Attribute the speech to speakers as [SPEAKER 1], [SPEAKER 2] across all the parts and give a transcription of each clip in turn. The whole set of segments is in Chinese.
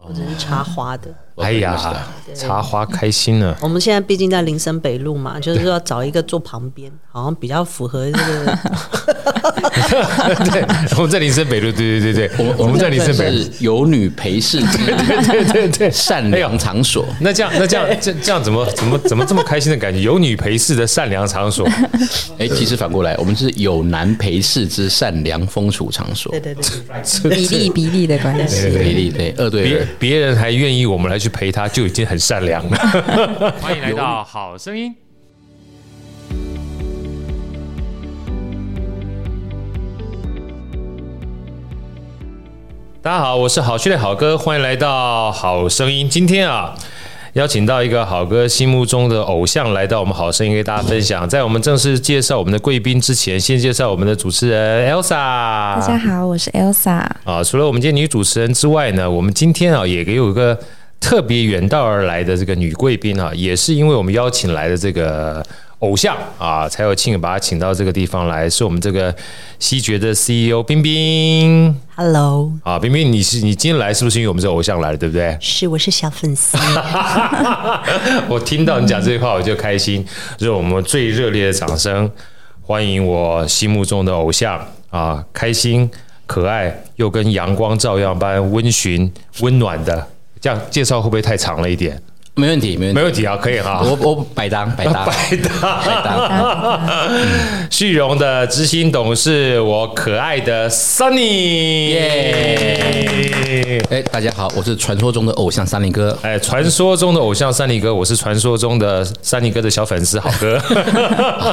[SPEAKER 1] 我只是插花的。
[SPEAKER 2] 哎呀，茶花开心 了。
[SPEAKER 1] 我们现在毕竟在林森北路嘛，就是要找一个坐旁边，好像比较符合这个。
[SPEAKER 2] 对，我们在林森北路，对对对对，我们在林森北路。
[SPEAKER 3] 是有女陪侍之
[SPEAKER 2] 对对对，
[SPEAKER 3] 善良场所。
[SPEAKER 2] 那这样那这样这这样怎么怎么怎么这么开心的感觉？有女陪侍的善良场 所，
[SPEAKER 3] 哎，其实反过来，我们是有男陪侍之善良风俗场所
[SPEAKER 1] 对。对对对对，
[SPEAKER 4] 比例比例的关系。
[SPEAKER 2] 对
[SPEAKER 3] 比例对二对
[SPEAKER 2] 别
[SPEAKER 3] 二，
[SPEAKER 2] 别人还愿意我们来去陪他，就已经很善良了。欢迎来到《好声音》。大家好，我是好兄弟好哥，欢迎来到《好声音》。今天啊，邀请到一个好哥心目中的偶像来到我们《好声音》跟大家分享。在我们正式介绍我们的贵宾之前，先介绍我们的主持人 Elsa。大
[SPEAKER 4] 大家好，我是 Elsa。
[SPEAKER 2] 啊，除了我们今天女主持人之外呢，我们今天啊也有一个特别远道而来的这个女贵宾啊，也是因为我们邀请来的这个偶像啊，才有幸把她请到这个地方来，是我们这个西爵的 CEO 冰冰
[SPEAKER 1] ，Hello，
[SPEAKER 2] 啊，冰冰，你是你今天来是不是因为我们是偶像来的，对不对？
[SPEAKER 1] 是我是小粉丝，
[SPEAKER 2] 我听到你讲这句话我就开心，让我们最热烈的掌声欢迎我心目中的偶像啊！开心、可爱，又跟阳光照耀般温煦、温暖的。这样介绍会不会太长了一点？
[SPEAKER 3] 没问题，没问
[SPEAKER 2] 没
[SPEAKER 3] 题。
[SPEAKER 2] 问题啊，可以哈。
[SPEAKER 3] 我我百搭百搭百搭百搭，
[SPEAKER 2] 旭荣的执行董事，我可爱的 Sunny，耶！
[SPEAKER 3] 哎，大家好，我是传说中的偶像三林哥。
[SPEAKER 2] 哎，传说中的偶像三里哥，我是传说中的三里哥的小粉丝，好哥。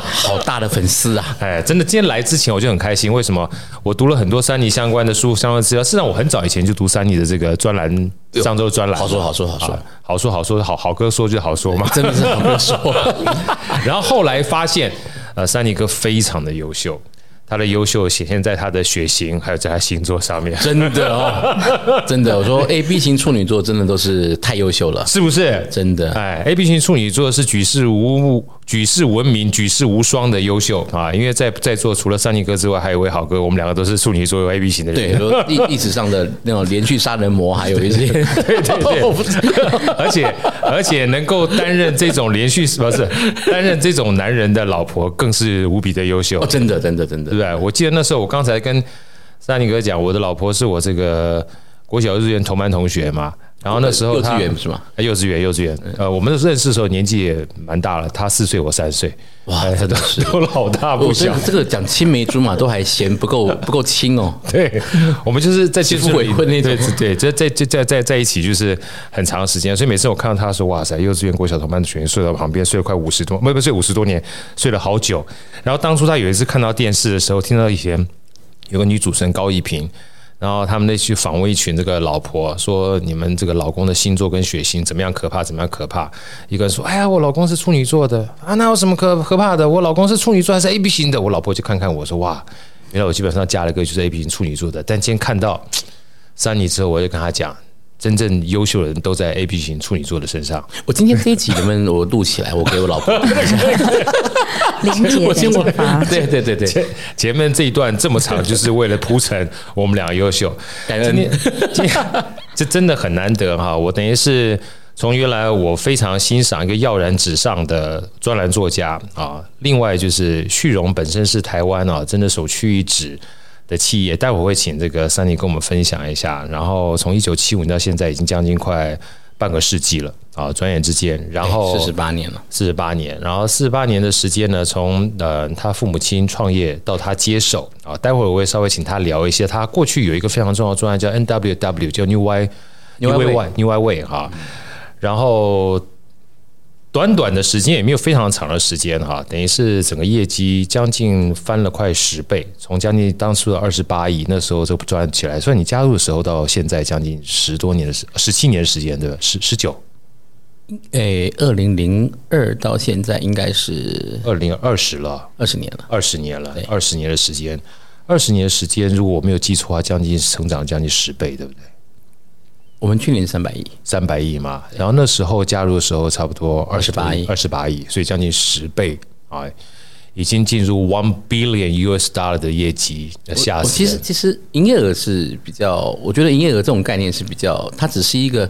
[SPEAKER 3] 好大的粉丝啊！
[SPEAKER 2] 哎，真的，今天来之前我就很开心。为什么？我读了很多三尼相关的书、相关资料。事实上，我很早以前就读三尼的这个专栏，上周的专栏。
[SPEAKER 3] 好说好说好说
[SPEAKER 2] 啊好说好说，好好哥说就好说 嘛。
[SPEAKER 3] 真的是好难说，
[SPEAKER 2] 然后后来发现，呃，三尼哥非常的优秀，他的优秀显现在他的血型，还有在他星座上面，
[SPEAKER 3] 真的哦，真的。我说 A B 型处女座真的都是太优秀了，
[SPEAKER 2] 是不是？
[SPEAKER 3] 真的。
[SPEAKER 2] 哎，A B 型处女座是举世无物、举世闻名、举世无双的优秀啊！因为在在座除了三尼哥之外，还有一位好哥，我们两个都是处女座有 A B 型的人。
[SPEAKER 3] 对，说历历史上的那种连续杀人魔，还有一些，对
[SPEAKER 2] 对对 而且而且能够担任这种连续不是担任这种男人的老婆，更是无比的优秀
[SPEAKER 3] 哦，，真的真的真
[SPEAKER 2] 对不
[SPEAKER 3] 的，
[SPEAKER 2] 对？我记得那时候我刚才跟三林哥讲，我的老婆是我这个国小幼稚园同班同学嘛，然后那时候
[SPEAKER 3] 幼
[SPEAKER 2] 她
[SPEAKER 3] 稚园是吗？
[SPEAKER 2] 哎幼稚园幼稚园，呃，我们认识的时候年纪也蛮大了，她四岁，我三岁，哦
[SPEAKER 3] 哇
[SPEAKER 2] 哎
[SPEAKER 3] 真的 是
[SPEAKER 2] 都老大不
[SPEAKER 3] 我这
[SPEAKER 2] 小
[SPEAKER 3] 个。这个讲青梅竹马都还嫌不够不够亲哦，
[SPEAKER 2] 对，我们就是在接触
[SPEAKER 3] 欺负鬼混那种
[SPEAKER 2] 对对，在在在在在在一起就是很长时间，所以每次我看到他说，哇塞，幼稚园、国小同班的学员睡到旁边，睡了快五十多，不不睡五十多年，睡了好久。然后当初他有一次看到电视的时候，听到以前有个女主持人高一平。然后他们那去访问一群这个老婆，说你们这个老公的星座跟血型怎么样可怕，怎么样可怕？一个人说：“哎呀，我老公是处女座的啊，那有什么可可怕的？我老公是处女座还是 A B 型的？”我老婆就看看我说：“哇，原来我基本上加了个就是 A B 型处女座的。”但今天看到三尼之后，我就跟他讲，真正优秀的人都在 A B 型处女座的身上。
[SPEAKER 3] 我今天这一集能不能我录起来，我给 我老婆看一下？
[SPEAKER 4] 林姐
[SPEAKER 3] 我
[SPEAKER 4] 跟
[SPEAKER 3] 先我
[SPEAKER 4] 进发，
[SPEAKER 3] 对对对对，
[SPEAKER 2] 前前面这一段这么长，就是为了铺陈我们俩优秀。
[SPEAKER 3] 感
[SPEAKER 2] 今
[SPEAKER 3] 恩
[SPEAKER 2] 天，今天这真的很难得哈！我等于是从原来我非常欣赏一个耀然纸上的专栏作家啊，另外就是旭荣本身是台湾啊，真的首屈一指。的企业，待会会请这个三林跟我们分享一下。然后从一九七五到现在，已经将近快半个世纪了啊，转眼之间。然后
[SPEAKER 3] 四十八年了，
[SPEAKER 2] 四十八年，然后四十八年的时间呢，从呃他父母亲创业到他接手啊，待会儿我会稍微请他聊一些他过去有一个非常重要的专案叫 NWW，叫 New Y
[SPEAKER 3] New Way
[SPEAKER 2] Way New Y Way 哈、然后短短的时间也没有非常长的时间哈、等于是整个业绩将近翻了快十倍，从将近当初的二十八亿，那时候就赚起来，所以你加入的时候到现在将近十多年的时十七年的时间对吧？十十九
[SPEAKER 3] 诶，哎二零零二到现在应该是
[SPEAKER 2] 二零二十了。
[SPEAKER 3] 二十年了，
[SPEAKER 2] 二十年了，二十年的时间，二十年的时间，如果我没有记错，它将近成长将近十倍，对不对？
[SPEAKER 3] 我们去年三百亿，
[SPEAKER 2] 三百亿嘛，然后那时候加入的时候差不多二
[SPEAKER 3] 28亿
[SPEAKER 2] 二十八亿，所以将近十倍啊！已经进入 one billion US dollar 的业绩，吓
[SPEAKER 3] 我
[SPEAKER 2] 死
[SPEAKER 3] 其实
[SPEAKER 2] 人！
[SPEAKER 3] 其实营业额是比较，我觉得营业额这种概念是比较，它只是一个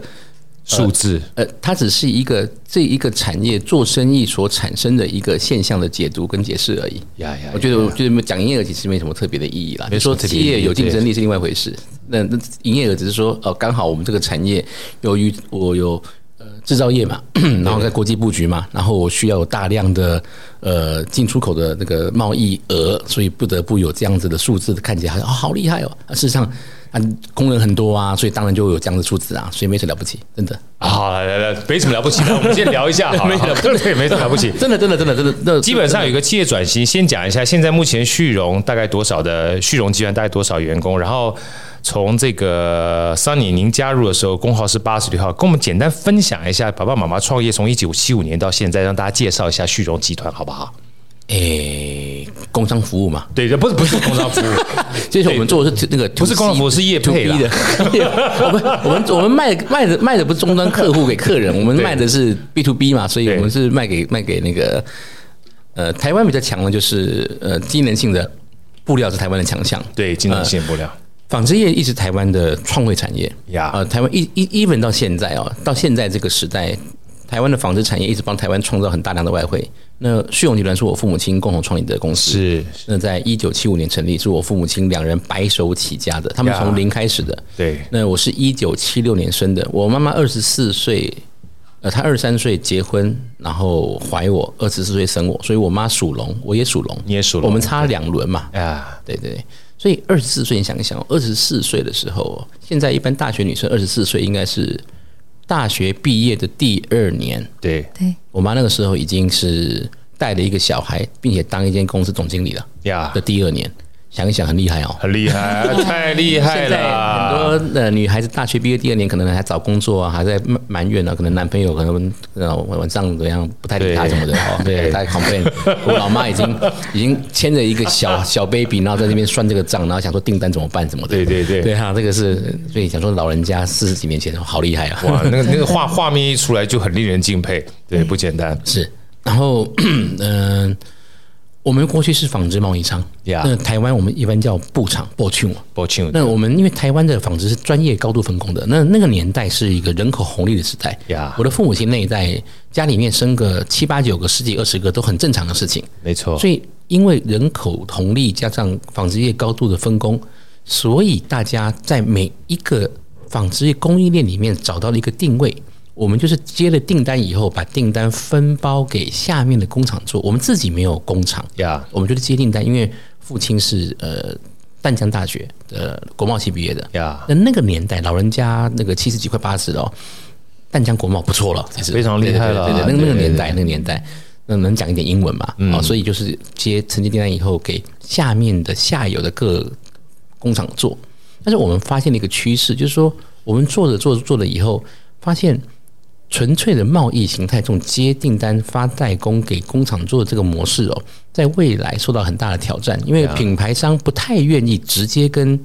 [SPEAKER 2] 数字
[SPEAKER 3] 呃，它只是一个这一个产业做生意所产生的一个现象的解读跟解释而已。
[SPEAKER 2] 呀呀呀
[SPEAKER 3] 呃我觉得，我觉得讲营业额其实没什么特别的意义啦。
[SPEAKER 2] 没
[SPEAKER 3] 你
[SPEAKER 2] 什么
[SPEAKER 3] 说
[SPEAKER 2] 特别
[SPEAKER 3] 企
[SPEAKER 2] 意
[SPEAKER 3] 业
[SPEAKER 2] 义
[SPEAKER 3] 有竞
[SPEAKER 2] 对
[SPEAKER 3] 争力是另外一回事，那那营业额只是说，呃，刚好我们这个产业由于我有呃制造业嘛， 然后在国际布局嘛，然后我需要有大量的呃进出口的那个贸易额，所以不得不有这样子的数字，看起来好像、哦、好厉害哦。啊事实上，啊工人很多啊，所以当然就有这样的数字啊，所以没什么了不起，真的。
[SPEAKER 2] 好，来来来，没什么了不起的，我们先聊一下 好了，好对对，没什么了不起。
[SPEAKER 3] 真的真的真的真的，那
[SPEAKER 2] 基本上有一个企业转型，先讲一下，现在目前旭荣大概多少的旭荣集团大概多少员工？然后从这个桑尼您加入的时候，工号是八十六号，跟我们简单分享一下爸爸妈妈创业从一九七五年到现在，让大家介绍一下旭荣集团好不好？
[SPEAKER 3] 诶、工商服务嘛，
[SPEAKER 2] 对，这不是不是工商服务，
[SPEAKER 3] 这是我们做的是那个
[SPEAKER 2] 不
[SPEAKER 3] to
[SPEAKER 2] 是工商服务
[SPEAKER 3] C
[SPEAKER 2] 是业配
[SPEAKER 3] to
[SPEAKER 2] 啦
[SPEAKER 3] B 的。 我们我们我们卖卖的卖的不是终端客户给客人，我们
[SPEAKER 2] 对
[SPEAKER 3] 卖的是 B to B 嘛，所以
[SPEAKER 2] 对
[SPEAKER 3] 我们是卖给卖给那个呃台湾比较强的就是呃机能性的布料是台湾的强项，
[SPEAKER 2] 对，经常见不了。
[SPEAKER 3] 纺织业一直台湾的创汇产业
[SPEAKER 2] 呀
[SPEAKER 3] 呃，台湾一一 even 到现在哦，到现在这个时代，台湾的纺织产业一直帮台湾创造很大量的外汇。那旭荣集团是我父母亲共同创立的公司，
[SPEAKER 2] 是
[SPEAKER 3] 那在一九七五年成立，是我父母亲两人白手起家的，他们
[SPEAKER 2] 呀
[SPEAKER 3] 从零开始的。
[SPEAKER 2] 对
[SPEAKER 3] 那我是一九七六年生的，我妈妈二十四岁，呃，她二十三岁结婚，然后怀我，二十四岁生我，所以我妈属龙，我也属龙，
[SPEAKER 2] 你也属龙
[SPEAKER 3] 我们差两轮嘛，
[SPEAKER 2] 啊，
[SPEAKER 3] 对对，对所以二十四岁，你想一想，哦二十四岁的时候哦，现在一般大学女生二十四岁应该是大学毕业的第二年。
[SPEAKER 2] 对
[SPEAKER 4] 对，
[SPEAKER 3] 我妈那个时候已经是带了一个小孩，并且当一间公司总经理了
[SPEAKER 2] 呀
[SPEAKER 3] 的，第二年，想一想很厉害哦。
[SPEAKER 2] 很厉害，太厉害
[SPEAKER 3] 现在
[SPEAKER 2] 了。
[SPEAKER 3] 很多呃女孩子大学毕业第二年可能还找工作啊，还在埋埋怨呢、可能男朋友可能呃晚上怎样不太理她
[SPEAKER 2] 对
[SPEAKER 3] 什么的哦，
[SPEAKER 2] 对
[SPEAKER 3] 对，大家 complain。我老妈 已经已经牵着一个小小 baby，然后在那边算这个账，然后想说订单怎么办什么的。
[SPEAKER 2] 对对对
[SPEAKER 3] 对啊，这个是所以想说老人家四十几年前好厉害啊，
[SPEAKER 2] 哇，那个 那个画画面一出来就很令人敬佩，对，不简单。
[SPEAKER 3] 是，然后 嗯、我们过去是纺织贸易商
[SPEAKER 2] Yeah
[SPEAKER 3] 那台湾我们一般叫布厂布厂。
[SPEAKER 2] 抱歉，
[SPEAKER 3] 那我们因为台湾的纺织是专业高度分工的，那那个年代是一个人口红利的时代。
[SPEAKER 2] Yeah
[SPEAKER 3] 我的父母亲那一代，家里面生个七八九个、十几二十个都很正常的事情。
[SPEAKER 2] 没错，
[SPEAKER 3] 所以因为人口红利加上纺织业高度的分工，所以大家在每一个纺织业供应链里面找到了一个定位。我们就是接了订单以后，把订单分包给下面的工厂做，我们自己没有工厂
[SPEAKER 2] 呀
[SPEAKER 3] 我们就是接订单，因为父亲是呃淡江大学呃国贸系毕业的
[SPEAKER 2] 呀
[SPEAKER 3] 那那个年代老人家那个七十几快八十了、哦，淡江国贸不错了，其实
[SPEAKER 2] 非常厉害了
[SPEAKER 3] 对对对对，
[SPEAKER 2] 对
[SPEAKER 3] 那个那个
[SPEAKER 2] 对嗯
[SPEAKER 3] 年代那个年代，那能讲一点英文嘛？哦，所以就是接承接订单以后，给下面的下游的各工厂做。但是我们发现了一个趋势，就是说我们做着做着做了以后，发现纯粹的贸易形态，这种接订单发代工给工厂做的这个模式哦，在未来受到很大的挑战，因为
[SPEAKER 2] 啊
[SPEAKER 3] 品牌商不太愿意直接跟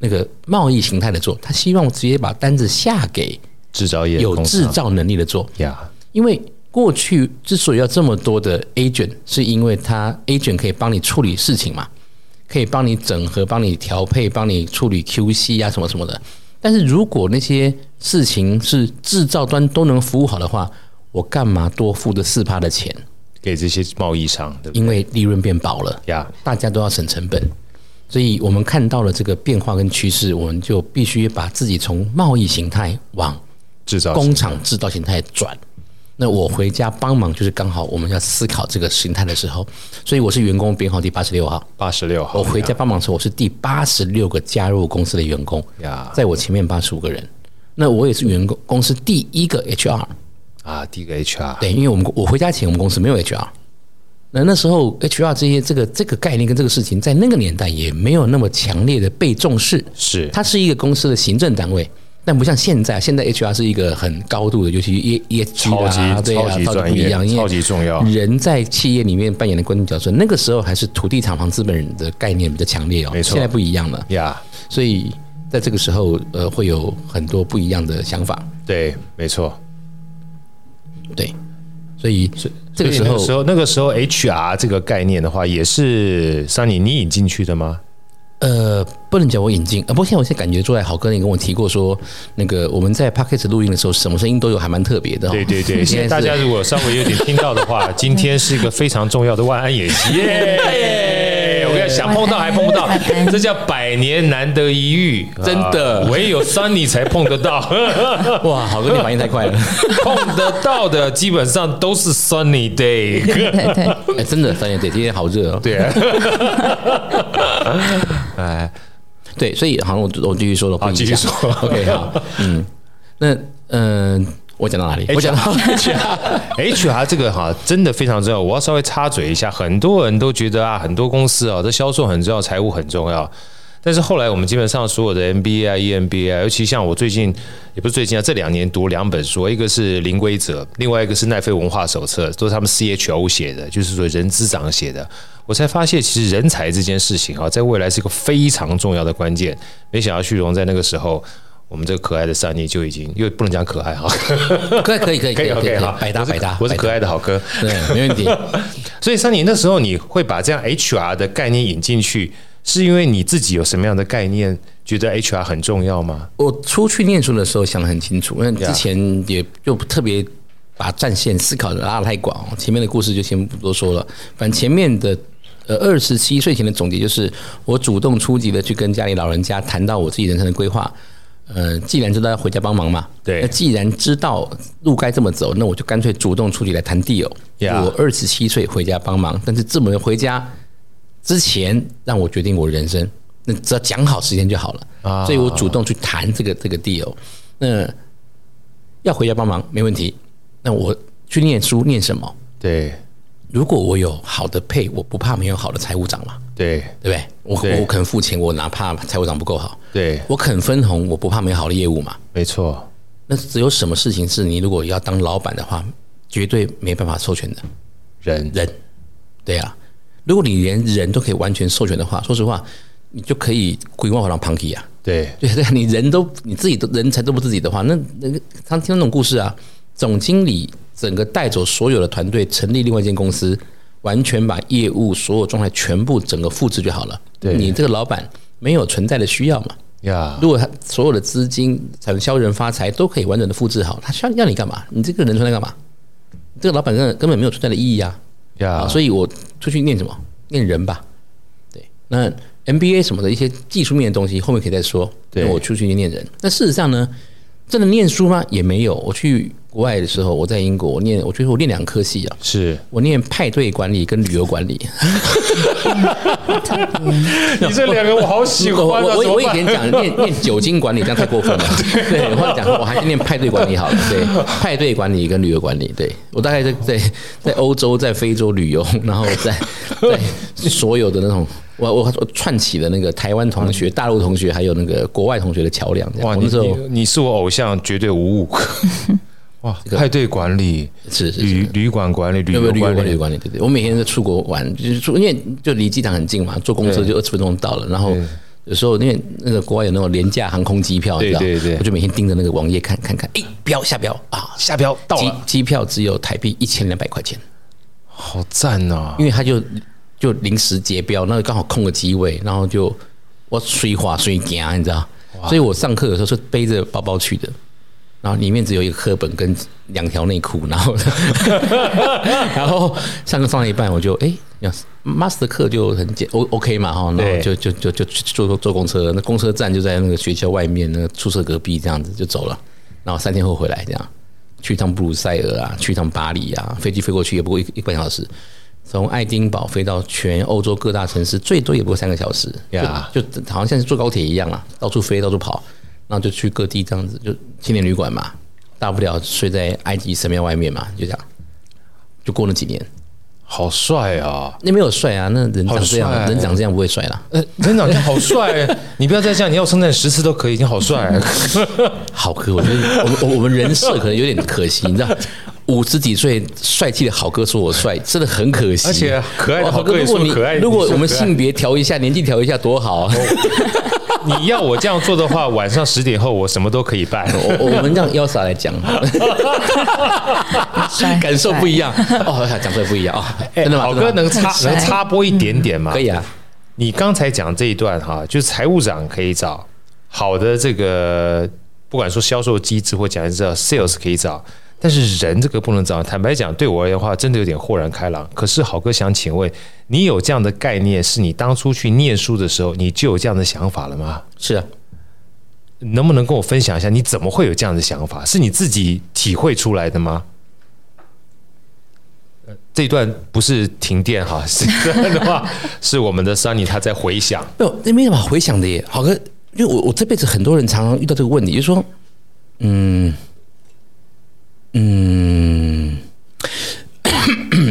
[SPEAKER 3] 那个贸易形态的做，他希望直接把单子下给
[SPEAKER 2] 制造业
[SPEAKER 3] 有
[SPEAKER 2] 工厂
[SPEAKER 3] 制造能力的做。
[SPEAKER 2] 呀，
[SPEAKER 3] 因为过去之所以要这么多的 agent，是因为他 agent 可以帮你处理事情嘛，可以帮你整合、帮你调配、帮你处理 QC 啊什么什么的。但是如果那些事情是制造端都能服务好的话，我干嘛多付这四趴的钱？
[SPEAKER 2] 给这些贸易商，对不对？
[SPEAKER 3] 因为利润变薄了
[SPEAKER 2] 呀
[SPEAKER 3] 大家都要省成本，所以我们看到了这个变化跟趋势，我们就必须把自己从贸易形态往
[SPEAKER 2] 制造
[SPEAKER 3] 工厂制造形态转。那我回家帮忙，就是刚好我们要思考这个形态的时候，所以我是员工编号第八十六号。
[SPEAKER 2] 八十六号，
[SPEAKER 3] 我回家帮忙的时候，我是第八十六个加入公司的员工
[SPEAKER 2] 呀
[SPEAKER 3] 在我前面八十五个人。那我也是员工公司第一个 HR，
[SPEAKER 2] 啊，第一个 HR，
[SPEAKER 3] 对，因为我们我回家前我们公司没有 HR，那那时候 HR 这些这个这个概念跟这个事情在那个年代也没有那么强烈的被重视，
[SPEAKER 2] 是
[SPEAKER 3] 它是一个公司的行政单位。但不像现在，现在 HR 是一个很高度的，尤其 E E S G
[SPEAKER 2] 超级
[SPEAKER 3] 啊，对啊，
[SPEAKER 2] 超级
[SPEAKER 3] 超级
[SPEAKER 2] 专
[SPEAKER 3] 不
[SPEAKER 2] 业
[SPEAKER 3] 一样，因为
[SPEAKER 2] 超级重要
[SPEAKER 3] 人在企业里面扮演的关键角色，那个时候还是土地厂房资本人的概念比较强烈哦，
[SPEAKER 2] 没错
[SPEAKER 3] 现在不一样了。
[SPEAKER 2] 呀，
[SPEAKER 3] 所以在这个时候，呃，会有很多不一样的想法。
[SPEAKER 2] 对，没错。
[SPEAKER 3] 对，所以这个时
[SPEAKER 2] 所以那个
[SPEAKER 3] 候
[SPEAKER 2] 时候那个时候 HR 这个概念的话，也是桑尼你引进去的吗？
[SPEAKER 3] 呃，不能讲我引进，呃，不过现在我现在感觉出来，好哥你跟我提过说，那个我们在 p o c k e t 录音的时候，什么声音都有，还蛮特别的、哦。
[SPEAKER 2] 对对对，现在
[SPEAKER 3] 现
[SPEAKER 2] 大
[SPEAKER 3] 在
[SPEAKER 2] 家
[SPEAKER 3] 是
[SPEAKER 2] 如果稍微有点听到的 话，今天是一个非常重要的万安演习。耶！我跟你讲想碰到还碰不到
[SPEAKER 4] 晚安，
[SPEAKER 2] 这叫百年难得一遇，
[SPEAKER 3] 真的
[SPEAKER 2] 啊唯有 Sunny 才碰得到，
[SPEAKER 3] 哇，好哥你反应太 快了，
[SPEAKER 2] 碰得到的基本上都是 Sunny Day。
[SPEAKER 4] 对对，
[SPEAKER 3] 哎，真的三点对，今天好热哦。
[SPEAKER 2] 对啊，哎，
[SPEAKER 3] 对，所以好，我我继续说了，
[SPEAKER 2] 好
[SPEAKER 3] 不
[SPEAKER 2] 啊继续
[SPEAKER 3] 影响
[SPEAKER 2] 说
[SPEAKER 3] OK，好，嗯，那嗯、呃我讲到哪里？
[SPEAKER 2] 哎
[SPEAKER 3] 我讲到
[SPEAKER 2] HR 这个哈真的非常重要，我要稍微插嘴一下。很多人都觉得啊，很多公司啊，这销售很重要，财务很重要。但是后来我们基本上所有的 MBA 啊、EMBA 啊，尤其像我最近也不是最近啊，这两年读两本书，一个是《零规则》，另外一个是《奈飞文化手册》，都是他们 CHO 写的，就是说人资长写的。我才发现，其实人才这件事情啊，在未来是一个非常重要的关键。没想到旭荣在那个时候，我们这个可爱的善妮就已经，因为不能讲可爱啊哈，
[SPEAKER 3] 可以可以可 以
[SPEAKER 2] 可以
[SPEAKER 3] 可以
[SPEAKER 2] OK 好，
[SPEAKER 3] 百搭
[SPEAKER 2] 我是
[SPEAKER 3] 百搭，
[SPEAKER 2] 我是可
[SPEAKER 3] 爱，
[SPEAKER 2] 爱 的好哥。
[SPEAKER 3] 对，没问题。
[SPEAKER 2] 所以三年那时候你会把这样 HR 的概念引进去，是因为你自己有什么样的概念，觉得 HR 很重要吗？
[SPEAKER 3] 我出去念书的时候想得很清楚，因为之前也就特别把战线思考的拉得太广哦，前面的故事就先不多说了。反正前面的呃二十七岁前的总结就是，我主动出击的去跟家里老人家谈到我自己人生的规划。呃，既然知道要回家帮忙嘛，
[SPEAKER 2] 对
[SPEAKER 3] 那既然知道路该这么走，那我就干脆主动出击来谈地友。
[SPEAKER 2] Yeah
[SPEAKER 3] 我二十七岁回家帮忙，但是这么回家之前让我决定我人生，那只要讲好时间就好了。
[SPEAKER 2] 啊
[SPEAKER 3] 所以我主动去谈这个这个 deal。那要回家帮忙没问题。那我去念书念什么？
[SPEAKER 2] 对
[SPEAKER 3] 如果我有好的配，我不怕没有好的财务长嘛，
[SPEAKER 2] 对
[SPEAKER 3] 对不对？我
[SPEAKER 2] 对
[SPEAKER 3] 我肯付钱，我哪怕财务长不够好，
[SPEAKER 2] 对，
[SPEAKER 3] 我肯分红，我不怕没有好的业务嘛。
[SPEAKER 2] 没错，
[SPEAKER 3] 那只有什么事情是你如果要当老板的话，绝对没办法授权的
[SPEAKER 2] 人
[SPEAKER 3] 人，对啊。如果你连人都可以完全授权的话，说实话，你就可以规划好让 Punky 啊，
[SPEAKER 2] 对
[SPEAKER 3] 对对，你人都你自己都人才都不自己的话，那那个常听到那种故事啊，总经理整个带走所有的团队，成立另外一间公司，完全把业务所有状态全部整个复制就好了。
[SPEAKER 2] 对
[SPEAKER 3] 你这个老板没有存在的需要嘛？
[SPEAKER 2] 呀
[SPEAKER 3] 如果他所有的资金、产销人发财都可以完整的复制好，他需要要你干嘛？你这个人存在干嘛？你这个老板根本根本没有存在的意义啊！啊，
[SPEAKER 2] 呀，
[SPEAKER 3] 所以我出去念什么？念人吧。对，那 MBA 什么的一些技术面的东西，后面可以再说。
[SPEAKER 2] 对
[SPEAKER 3] 那我出去念人。那事实上呢，真的念书吗？也没有。我去国外的时候，我在英国，我念，我觉得我念两科系啊，
[SPEAKER 2] 是
[SPEAKER 3] 我念派对管理跟旅游管理。
[SPEAKER 2] 你这两个我好喜
[SPEAKER 3] 我
[SPEAKER 2] 欢啊，
[SPEAKER 3] 我
[SPEAKER 2] 怎
[SPEAKER 3] 我
[SPEAKER 2] 么
[SPEAKER 3] 我以前
[SPEAKER 2] 办？
[SPEAKER 3] 讲念念酒精管理，这样太过分 了。对，我后来讲我还是念派对管理好了。对，派对管理跟旅游管理，对我大概在在在欧洲、在非洲旅游，然后 在在所有的那种，我我我串起了那个台湾同学、大陆同学，还有那个国外同学的桥梁。这样
[SPEAKER 2] 哇，
[SPEAKER 3] 我
[SPEAKER 2] 你
[SPEAKER 3] 那时候
[SPEAKER 2] 你你是我偶像，绝对无 误。哇，派对管理、
[SPEAKER 3] 是是是
[SPEAKER 2] 旅旅馆管理、旅
[SPEAKER 3] 有没有
[SPEAKER 2] 游
[SPEAKER 3] 旅游
[SPEAKER 2] 管
[SPEAKER 3] 管理？
[SPEAKER 2] 理，
[SPEAKER 3] 管理对对，我每天在出国玩，就是出，因为就离机场很近嘛，坐公车就二十分钟到了。然后有时候因为那个国外有那种廉价航空机票，
[SPEAKER 2] 对
[SPEAKER 3] 你知道
[SPEAKER 2] 对对
[SPEAKER 3] 我就每天盯着那个网页看看看，哎，标下标啊，
[SPEAKER 2] 下标到
[SPEAKER 3] 机
[SPEAKER 2] 了，
[SPEAKER 3] 机票只有台币一千两百块钱，
[SPEAKER 2] 好赞哦！
[SPEAKER 3] 因为他就就临时结标，那刚好空个机位，然后就我水滑水行，啊你知道，所以我上课有时候是背着包包去的。然后里面只有一个课本跟两条内裤，然后 然后上课上到一半，我就哎，要 master 课就很简 O OK 嘛哈，然
[SPEAKER 2] 对
[SPEAKER 3] 后就就就就去坐坐坐公车，那公车站就在那个学校外面那个宿舍隔壁这样子就走了，然后三天后回来这样，去一趟布鲁塞尔啊，去一趟巴黎啊，飞机飞过去也不过一一个半小时。从爱丁堡飞到全欧洲各大城市，最多也不过三个小时，
[SPEAKER 2] 呀
[SPEAKER 3] 就就好像像是坐高铁一样啊，到处飞，到处跑，然后就去各地这样子，就青年旅馆嘛，大不了睡在埃及神庙外面嘛，就这样，就过了几年。
[SPEAKER 2] 好帅啊！
[SPEAKER 3] 那没有帅啊，那人长这样，
[SPEAKER 2] 好帅
[SPEAKER 3] 人长这样不会帅啦。
[SPEAKER 2] 呃， 真的你好帅，你不要再这样，你要称赞十次都可 以，你好帅。
[SPEAKER 3] 好可，我觉得我们我我们人设可能有点可惜，你知道，五十几岁帅气的好哥说我帅，真的很可惜。
[SPEAKER 2] 而且可爱的好哥也
[SPEAKER 3] 如果
[SPEAKER 2] 说
[SPEAKER 3] 你
[SPEAKER 2] 可爱
[SPEAKER 3] 如果
[SPEAKER 2] 你说
[SPEAKER 3] 我们
[SPEAKER 2] 可爱
[SPEAKER 3] 性别调一下，年纪调一下，多好 啊！
[SPEAKER 2] 你要我这样做的话，晚上十点后我什么都可以办。
[SPEAKER 3] 我我们让幺傻来讲好了，
[SPEAKER 4] 帅
[SPEAKER 3] 感受不一样哦，讲出来不一样 啊！
[SPEAKER 2] 哎
[SPEAKER 3] 真的吗？
[SPEAKER 2] 好
[SPEAKER 3] 真的
[SPEAKER 2] 哥
[SPEAKER 3] 吗
[SPEAKER 2] 能插
[SPEAKER 4] 很帅
[SPEAKER 2] 能插播一点点吗？
[SPEAKER 3] 可以啊，
[SPEAKER 2] 你刚才讲这一段哈，就是财务长可以找好的这个，不管说销售机制或讲知道 sales 可以找，但是人这个不能找。坦白讲，对我而言的话，真的有点豁然开朗。可是好哥想请问，你有这样的概念，是你当初去念书的时候你就有这样的想法了吗？
[SPEAKER 3] 是啊，
[SPEAKER 2] 能不能跟我分享一下，你怎么会有这样的想法？是你自己体会出来的吗？呃这一段不是停电哈，是这段的话是我们的 Sunny 他在回 想。
[SPEAKER 3] 没有，那没什么好回想的耶。好哥，因为我我这辈子很多人常常遇到这个问题，就是说，嗯 嗯，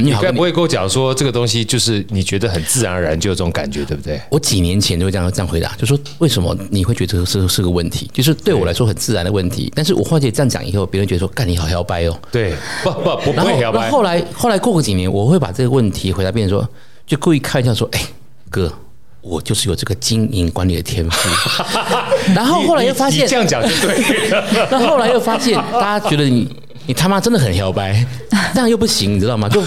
[SPEAKER 3] 你好
[SPEAKER 2] 该
[SPEAKER 3] 哥，
[SPEAKER 2] 不会跟我讲说这个东西就是你觉得很自然而然就有这种感觉，对不对？
[SPEAKER 3] 我几年前就会这样这样回答，就说为什么你会觉得这个是是个问题？就是对我来说很自然的问题，但是我发觉这样讲以后，别人觉得说，干你好摇摆哦。
[SPEAKER 2] 对，不不不不
[SPEAKER 3] 然后
[SPEAKER 2] 会摇
[SPEAKER 3] 那
[SPEAKER 2] 摆，
[SPEAKER 3] 后来后来过个几年，我会把这个问题回答变成说，就故意开玩笑说，哎、哥。我就是有这个经营管理的天赋， 然后后来又发
[SPEAKER 2] 你
[SPEAKER 3] 现
[SPEAKER 2] 你这样讲就对 了。
[SPEAKER 3] 那后来又发现，大家觉得你你他妈真的很 摇摆，这样又不行，你知道吗？就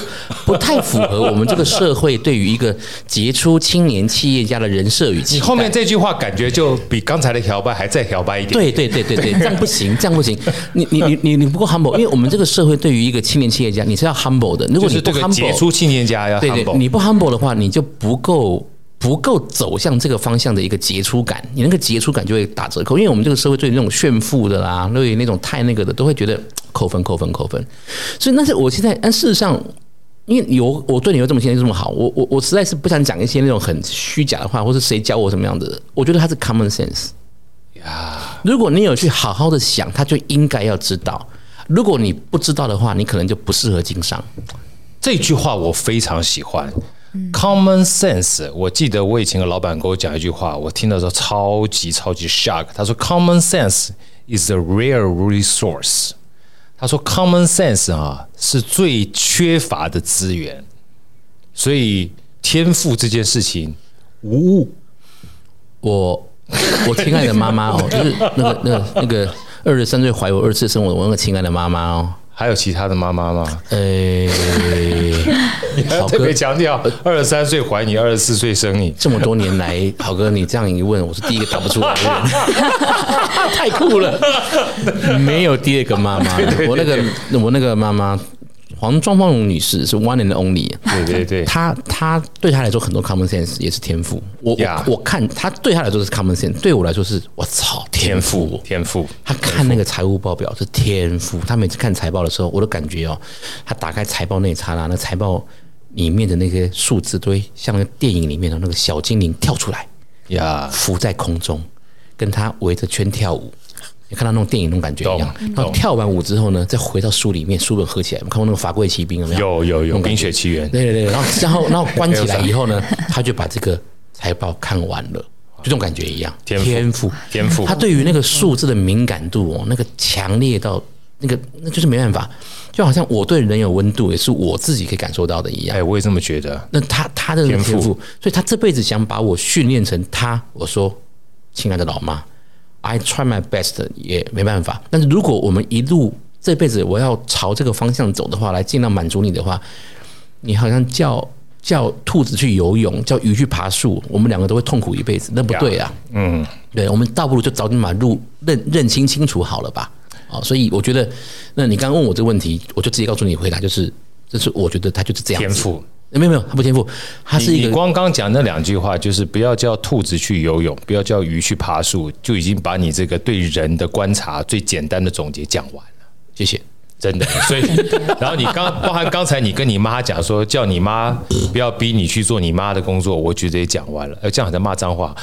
[SPEAKER 3] 不太符合我们这个社会对于一个杰出青年企业家的人设与期
[SPEAKER 2] 你
[SPEAKER 3] 待。
[SPEAKER 2] 后面这句话感觉就比刚才的摇摆还再摇摆一点。
[SPEAKER 3] 对对对对对，这样不行，这样不行。你你你你你不够 humble，因为我们这个社会对于一个青年企业家，你是要 humble 的。如
[SPEAKER 2] 就
[SPEAKER 3] 果你
[SPEAKER 2] 是这
[SPEAKER 3] 不
[SPEAKER 2] 个
[SPEAKER 3] humble，
[SPEAKER 2] 杰出青年家要
[SPEAKER 3] 对对，
[SPEAKER 2] humble，
[SPEAKER 3] 你不 humble 的话，你就不够不够走向这个方向的一个杰出感，你那个杰出感就会打折扣。因为我们这个社会对于那种炫富的啦，对于那种太那个的，都会觉得嘖扣分扣分扣分。所以，但是我现在，但事实上。因为有我对你又这么现在这么好，我我我实在是不想讲一些那种很虚假的话，或是谁教我什么样的。我觉得它是 common sense。如果你有去好好的想，他就应该要知道。如果你不知道的话，你可能就不适合经商。
[SPEAKER 2] 这句话我非常喜欢。Common sense，我记得我以前有个老板跟我讲一句话，我听到时候超级超级 shock。他说，Common sense is a rare resource。他说，Common sense 啊是最缺乏的资源，所以天赋这件事情无误。
[SPEAKER 3] 我我亲爱的妈 妈哦，就是那个那个那个二十三岁怀我二次生我的我那个亲爱的妈妈哦，
[SPEAKER 2] 还有其他的妈妈吗？
[SPEAKER 3] 呃、
[SPEAKER 2] 你还要
[SPEAKER 3] 好
[SPEAKER 2] 哎特
[SPEAKER 3] 哥
[SPEAKER 2] 别强调，二十三岁怀你，二十四岁生你。
[SPEAKER 3] 这么多年来，好哥你这样一问，我是第一个答不出来的人， 太酷了，没有第二个妈妈，我那个我那个妈妈。黄庄芳荣女士是 one and only，
[SPEAKER 2] 对对对，
[SPEAKER 3] 她她对她来说很多 common sense 也是天赋。我
[SPEAKER 2] Yeah
[SPEAKER 3] 我我看她对她来说是 common sense，对我来说是我操
[SPEAKER 2] 天
[SPEAKER 3] 天赋
[SPEAKER 2] 赋，天赋。
[SPEAKER 3] 他看那个财务报表是天赋，他每次看财报的时候，我都感觉哦，他打开财报那一刹那，那财报里面的那个数字堆，像那个电影里面的那个小精灵跳出来，
[SPEAKER 2] 呀、
[SPEAKER 3] 浮在空中，跟他围着圈跳舞。你看到那种电影那种感觉一样，
[SPEAKER 2] 懂
[SPEAKER 3] 然后跳完舞之后呢，再回到书里面，书本合起来。我们看过那个《法柜奇兵》有没有？
[SPEAKER 2] 有有有，《冰雪奇缘》
[SPEAKER 3] 对对对，然后然后然后关起来以后呢，他就把这个财报看完了，就这种感觉一样，
[SPEAKER 2] 天赋
[SPEAKER 3] 赋
[SPEAKER 2] 天赋
[SPEAKER 3] 他对于那个数字的敏感度哦，那个强烈到那个那就是没办法，就好像我对人有温度，也是我自己可以感受到的一样
[SPEAKER 2] 哎，。我也这么觉得。
[SPEAKER 3] 那他他的那
[SPEAKER 2] 天
[SPEAKER 3] 个天
[SPEAKER 2] 赋
[SPEAKER 3] 赋，所以他这辈子想把我训练成他。我说，亲爱的老妈，I try my best 也没办法。但是如果我们一路这辈子我要朝这个方向走的话，来尽量满足你的话，你好像叫叫兔子去游泳，叫鱼去爬树，我们两个都会痛苦一辈子，那不对啊。
[SPEAKER 2] 嗯，
[SPEAKER 3] 对，我们倒不如就早点把路认认清清楚好了吧。哦，所以我觉得，那你刚刚问我这个问题，我就直接告诉你回答，就是，就是我觉得他就是这样子
[SPEAKER 2] 天赋。
[SPEAKER 3] 没有没有，他不天赋，他是
[SPEAKER 2] 你
[SPEAKER 3] 一
[SPEAKER 2] 你
[SPEAKER 3] 个
[SPEAKER 2] 光刚讲那两句话，就是不要叫兔子去游泳，不要叫鱼去爬树，就已经把你这个对人的观察最简单的总结讲完了，
[SPEAKER 3] 谢谢。
[SPEAKER 2] 真的。所以，然后你刚包含刚才你跟你妈讲说，叫你妈不要逼你去做你妈的工作，我觉得也讲完了。呃，这样好像骂脏话，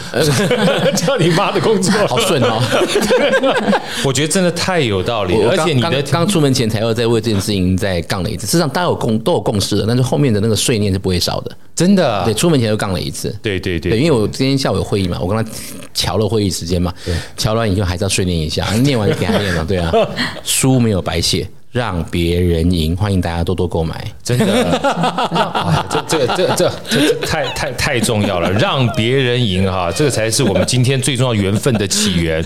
[SPEAKER 2] 叫你妈的工作，
[SPEAKER 3] 呃好顺 哦！
[SPEAKER 2] 我觉得真的太有道理了。
[SPEAKER 3] 我
[SPEAKER 2] 而
[SPEAKER 3] 刚
[SPEAKER 2] 且你
[SPEAKER 3] 刚
[SPEAKER 2] 的
[SPEAKER 3] 刚出门前才又在为这件事情再杠了一次，事实上大家有共都有共识的，但是后面的那个碎念是不会少的。
[SPEAKER 2] 真的啊
[SPEAKER 3] 对，，出门前就杠了一次。
[SPEAKER 2] 对对
[SPEAKER 3] 对，因
[SPEAKER 2] 对，
[SPEAKER 3] 为我今天下午有会议嘛，我跟他调了会议时间嘛，调完以后还是要训练一下，念完给他念了，对 啊，书没有白写，让别人赢，欢迎大家多多购买。
[SPEAKER 2] 真的，哎这这这这这这太太太重要了，让别人赢哈，这个才是我们今天最重要缘分的起源。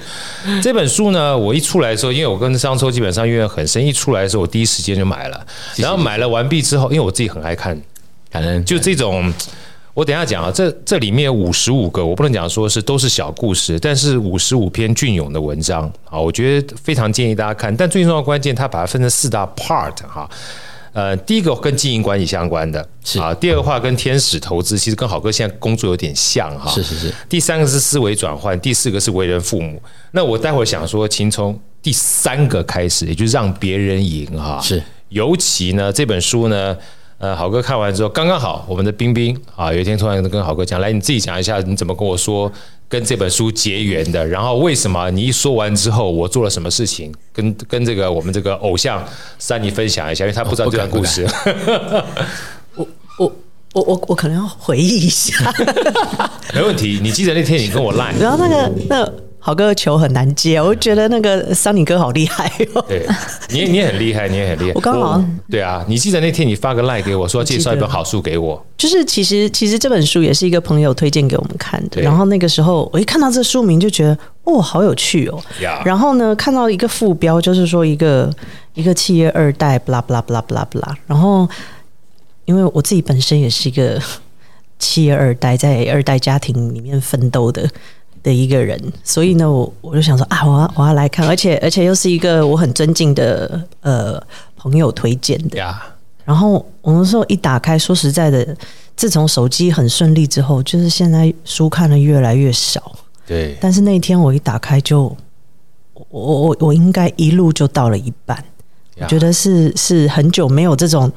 [SPEAKER 2] 这本书呢，我一出来的时候，因为我跟商周基本上渊源很深，一出来的时候，我第一时间就买了，然后买了完毕之后，因为我自己很爱看。
[SPEAKER 3] 感恩
[SPEAKER 2] 就这种，我等一下讲啊，这这里面五十五个，我不能讲说是都是小故事，但是五十五篇隽永的文章啊，我觉得非常建议大家看。但最重要的关键，它把它分成四大 part 哈。呃，第一个跟经营管理相关的，
[SPEAKER 3] 是
[SPEAKER 2] 啊。第二个话跟天使投资，其实跟好哥现在工作有点像哈。
[SPEAKER 3] 是是是。
[SPEAKER 2] 第三个是思维转换，第四个是为人父母。那我待会儿想说，请从第三个开始，也就是让别人赢哈。
[SPEAKER 3] 是，
[SPEAKER 2] 尤其呢这本书呢，呃，好哥看完之后刚刚好，我们的冰冰啊，有一天突然跟好哥讲，来你自己讲一下你怎么跟我说跟这本书结缘的，然后为什么你一说完之后我做了什么事情，跟 跟这个我们这个偶像珊妮分享一下，因为他不知道这段故事。
[SPEAKER 1] 我我我我可能要回忆一下，
[SPEAKER 2] 没问题，你记得那天你跟我赖。
[SPEAKER 1] 然后那个那好哥的球很难接，我就觉得那个桑尼哥好厉害哦。
[SPEAKER 2] 对，你也你也很厉害，你也很厉害。
[SPEAKER 1] 我刚好
[SPEAKER 2] 对啊，你记得那天你发个赖给我说介绍一本好书给我，
[SPEAKER 1] 就是其实其实这本书也是一个朋友推荐给我们看的，
[SPEAKER 2] 对
[SPEAKER 1] 然后那个时候我一看到这书名就觉得哦好有趣哦
[SPEAKER 2] Yeah
[SPEAKER 1] 然后呢看到一个副标就是说一个一个企业二代，blah blah blah blah blah，然后因为我自己本身也是一个 企业二代，在二代家庭里面奋斗的。的一个人，所以呢，我我就想说啊，我要我要来看，而且而且又是一个我很尊敬的呃朋友推荐的，
[SPEAKER 2] 呀，
[SPEAKER 1] 然后我们说一打开，说实在的，自从手机很顺利之后，就是现在书看的越来越少。
[SPEAKER 2] 对，
[SPEAKER 1] 但是那一天我一打开就，我我我我应该一路就到了一半，
[SPEAKER 3] 啊
[SPEAKER 1] 我觉得是是很久没有这种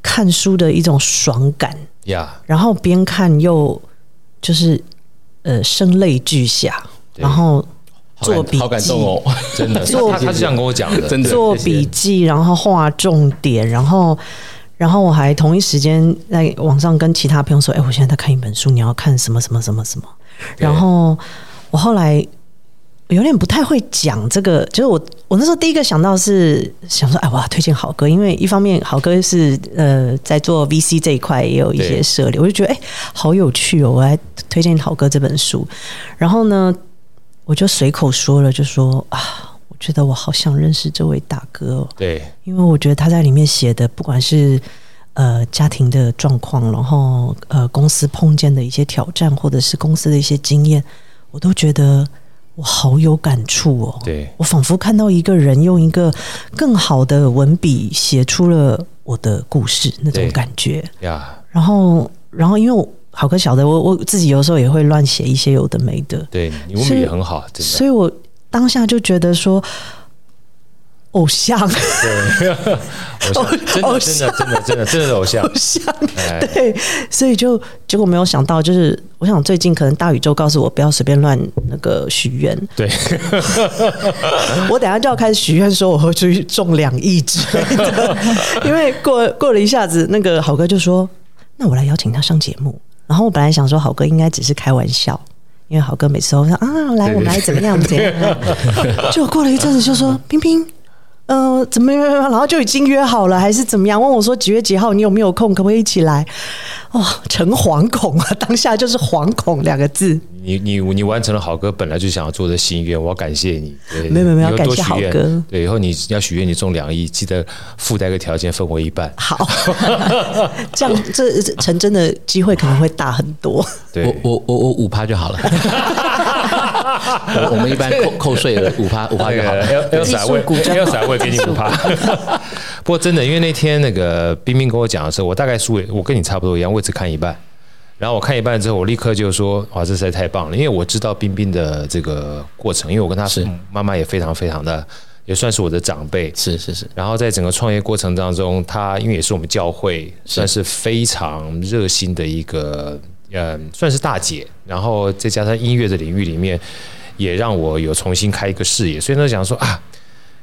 [SPEAKER 1] 看书的一种爽感，
[SPEAKER 2] 呀，
[SPEAKER 1] 然后边看又就是呃声泪俱下，然后
[SPEAKER 3] 好
[SPEAKER 1] 做
[SPEAKER 3] 感
[SPEAKER 1] 笔
[SPEAKER 3] 好感
[SPEAKER 1] 记。
[SPEAKER 3] 动哦，
[SPEAKER 2] 真的，
[SPEAKER 1] 做
[SPEAKER 2] 他他是这样跟我讲的，
[SPEAKER 3] 真的
[SPEAKER 1] 做
[SPEAKER 3] 谢谢
[SPEAKER 1] 笔记，然后画重点，然后。然后我还同一时间在网上跟其他朋友说：“哎，我现在在看一本书，你要看什么什么什么什么。”然后我后来我有点不太会讲这个，就是我我那时候第一个想到是想说：“哎，我要推荐好哥，因为一方面好哥是呃在做 VC 这一块也有一些
[SPEAKER 2] 对
[SPEAKER 1] 涉猎，我就觉得哎好有趣哦，我来推荐好哥这本书。”然后呢，我就随口说了，就说啊，我觉得我好想认识这位大哥、哦，
[SPEAKER 2] 对
[SPEAKER 1] 因为我觉得他在里面写的，不管是呃家庭的状况，然后呃公司碰见的一些挑战，或者是公司的一些经验，我都觉得我好有感触哦。
[SPEAKER 2] 对
[SPEAKER 1] 我仿佛看到一个人用一个更好的文笔写出了我的故事那种
[SPEAKER 2] 对
[SPEAKER 1] 感觉。
[SPEAKER 2] 呀，
[SPEAKER 1] 然后，然后因为我好哥晓得我我自己有时候也会乱写一些有的没的，
[SPEAKER 2] 对，你文笔也很好，真的。
[SPEAKER 1] 所以我当下就觉得说，偶像，
[SPEAKER 2] 偶像，
[SPEAKER 1] 偶
[SPEAKER 2] 真的，真的，真的，真的，真的是偶像
[SPEAKER 1] 偶。像，
[SPEAKER 2] 哎，
[SPEAKER 1] 对，所以就结果没有想到，就是我想最近可能大宇宙告诉我不要随便乱那个许愿，
[SPEAKER 2] 对，
[SPEAKER 1] 我等一下就要开始许愿，说我会出去中两亿之类的。因为过过了一下子，那个好哥就说：“那我来邀请他上节目。”然后我本来想说，好哥应该只是开玩笑，因为好哥每次都说：“啊，来，我们来怎么样，我们怎么样。”就过了一阵子，就说：“冰冰。”呃，怎么样？然后就已经约好了，还是怎么样？问我说几月几号，你有没有空，可不可以一起来？哇、诚惶恐啊！当下就是惶恐两个字。
[SPEAKER 2] 你你你完成了好哥本来就想要做的心愿，我要感谢你。对
[SPEAKER 1] 没有没有没有
[SPEAKER 2] 以后多
[SPEAKER 1] 感谢
[SPEAKER 2] 许
[SPEAKER 1] 好
[SPEAKER 2] 愿
[SPEAKER 1] 哥
[SPEAKER 2] 对，以后你要许愿，你中两亿，记得附带个条件，分我一半。
[SPEAKER 1] 好， 这样这这成真的机会可能会大很多。
[SPEAKER 2] 对，
[SPEAKER 3] 我我我我五趴就好了。我我们一般扣扣税了五趴五趴就好了。
[SPEAKER 2] 啊要要散位
[SPEAKER 4] 技术股，真好
[SPEAKER 2] 要散位给你五 趴。不过真的，因为那天那个冰冰跟我讲的时候，我大概输，我跟你差不多一样，我只看一半。然后我看一半之后，我立刻就说：“哇，这实在太棒了！”因为我知道冰冰的这个过程，因为我跟她
[SPEAKER 3] 是
[SPEAKER 2] 妈妈也非常非常的，也算是我的长辈。
[SPEAKER 3] 是是是，
[SPEAKER 2] 然后在整个创业过程当中，她因为也是我们教会算是非常热心的一个，嗯，算是大姐。然后再加上音乐的领域里面，也让我有重新开一个视野。所以呢，想说啊，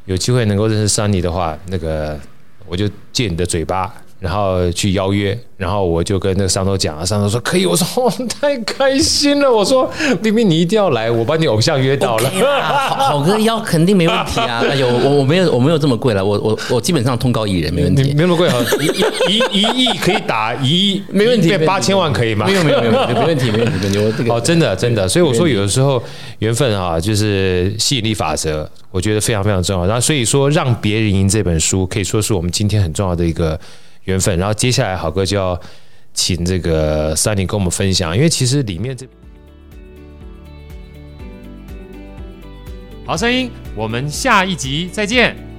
[SPEAKER 2] 有机会能够认识 Sunny 的话，那个我就借你的嘴巴，然后去邀约，然后我就跟那个上头讲啊，上头说可以，我说哦太开心了，我说明明你一定要来，我把你偶像约到了。
[SPEAKER 3] 好哥腰肯定没问题啊！哎呦，我我没有我没有这么贵了，我我我基本上通告艺人没问
[SPEAKER 2] 你
[SPEAKER 3] 题
[SPEAKER 2] 没，那么贵啊，一一一亿可以打一亿，
[SPEAKER 3] 没问题，没问题
[SPEAKER 2] 八千万可以吗？
[SPEAKER 3] 没有没有没有没有没问题没问题没问题，我这个
[SPEAKER 2] 哦，真的真的，所以我说有的时候缘分啊，就是吸引力法则，我觉得非常非常重要。然后所以说《让别人赢》这本书可以说是我们今天很重要的一个缘分。然后接下来好哥就要请这个 Sunny 跟我们分享，因为其实里面这好声音，我们下一集再见。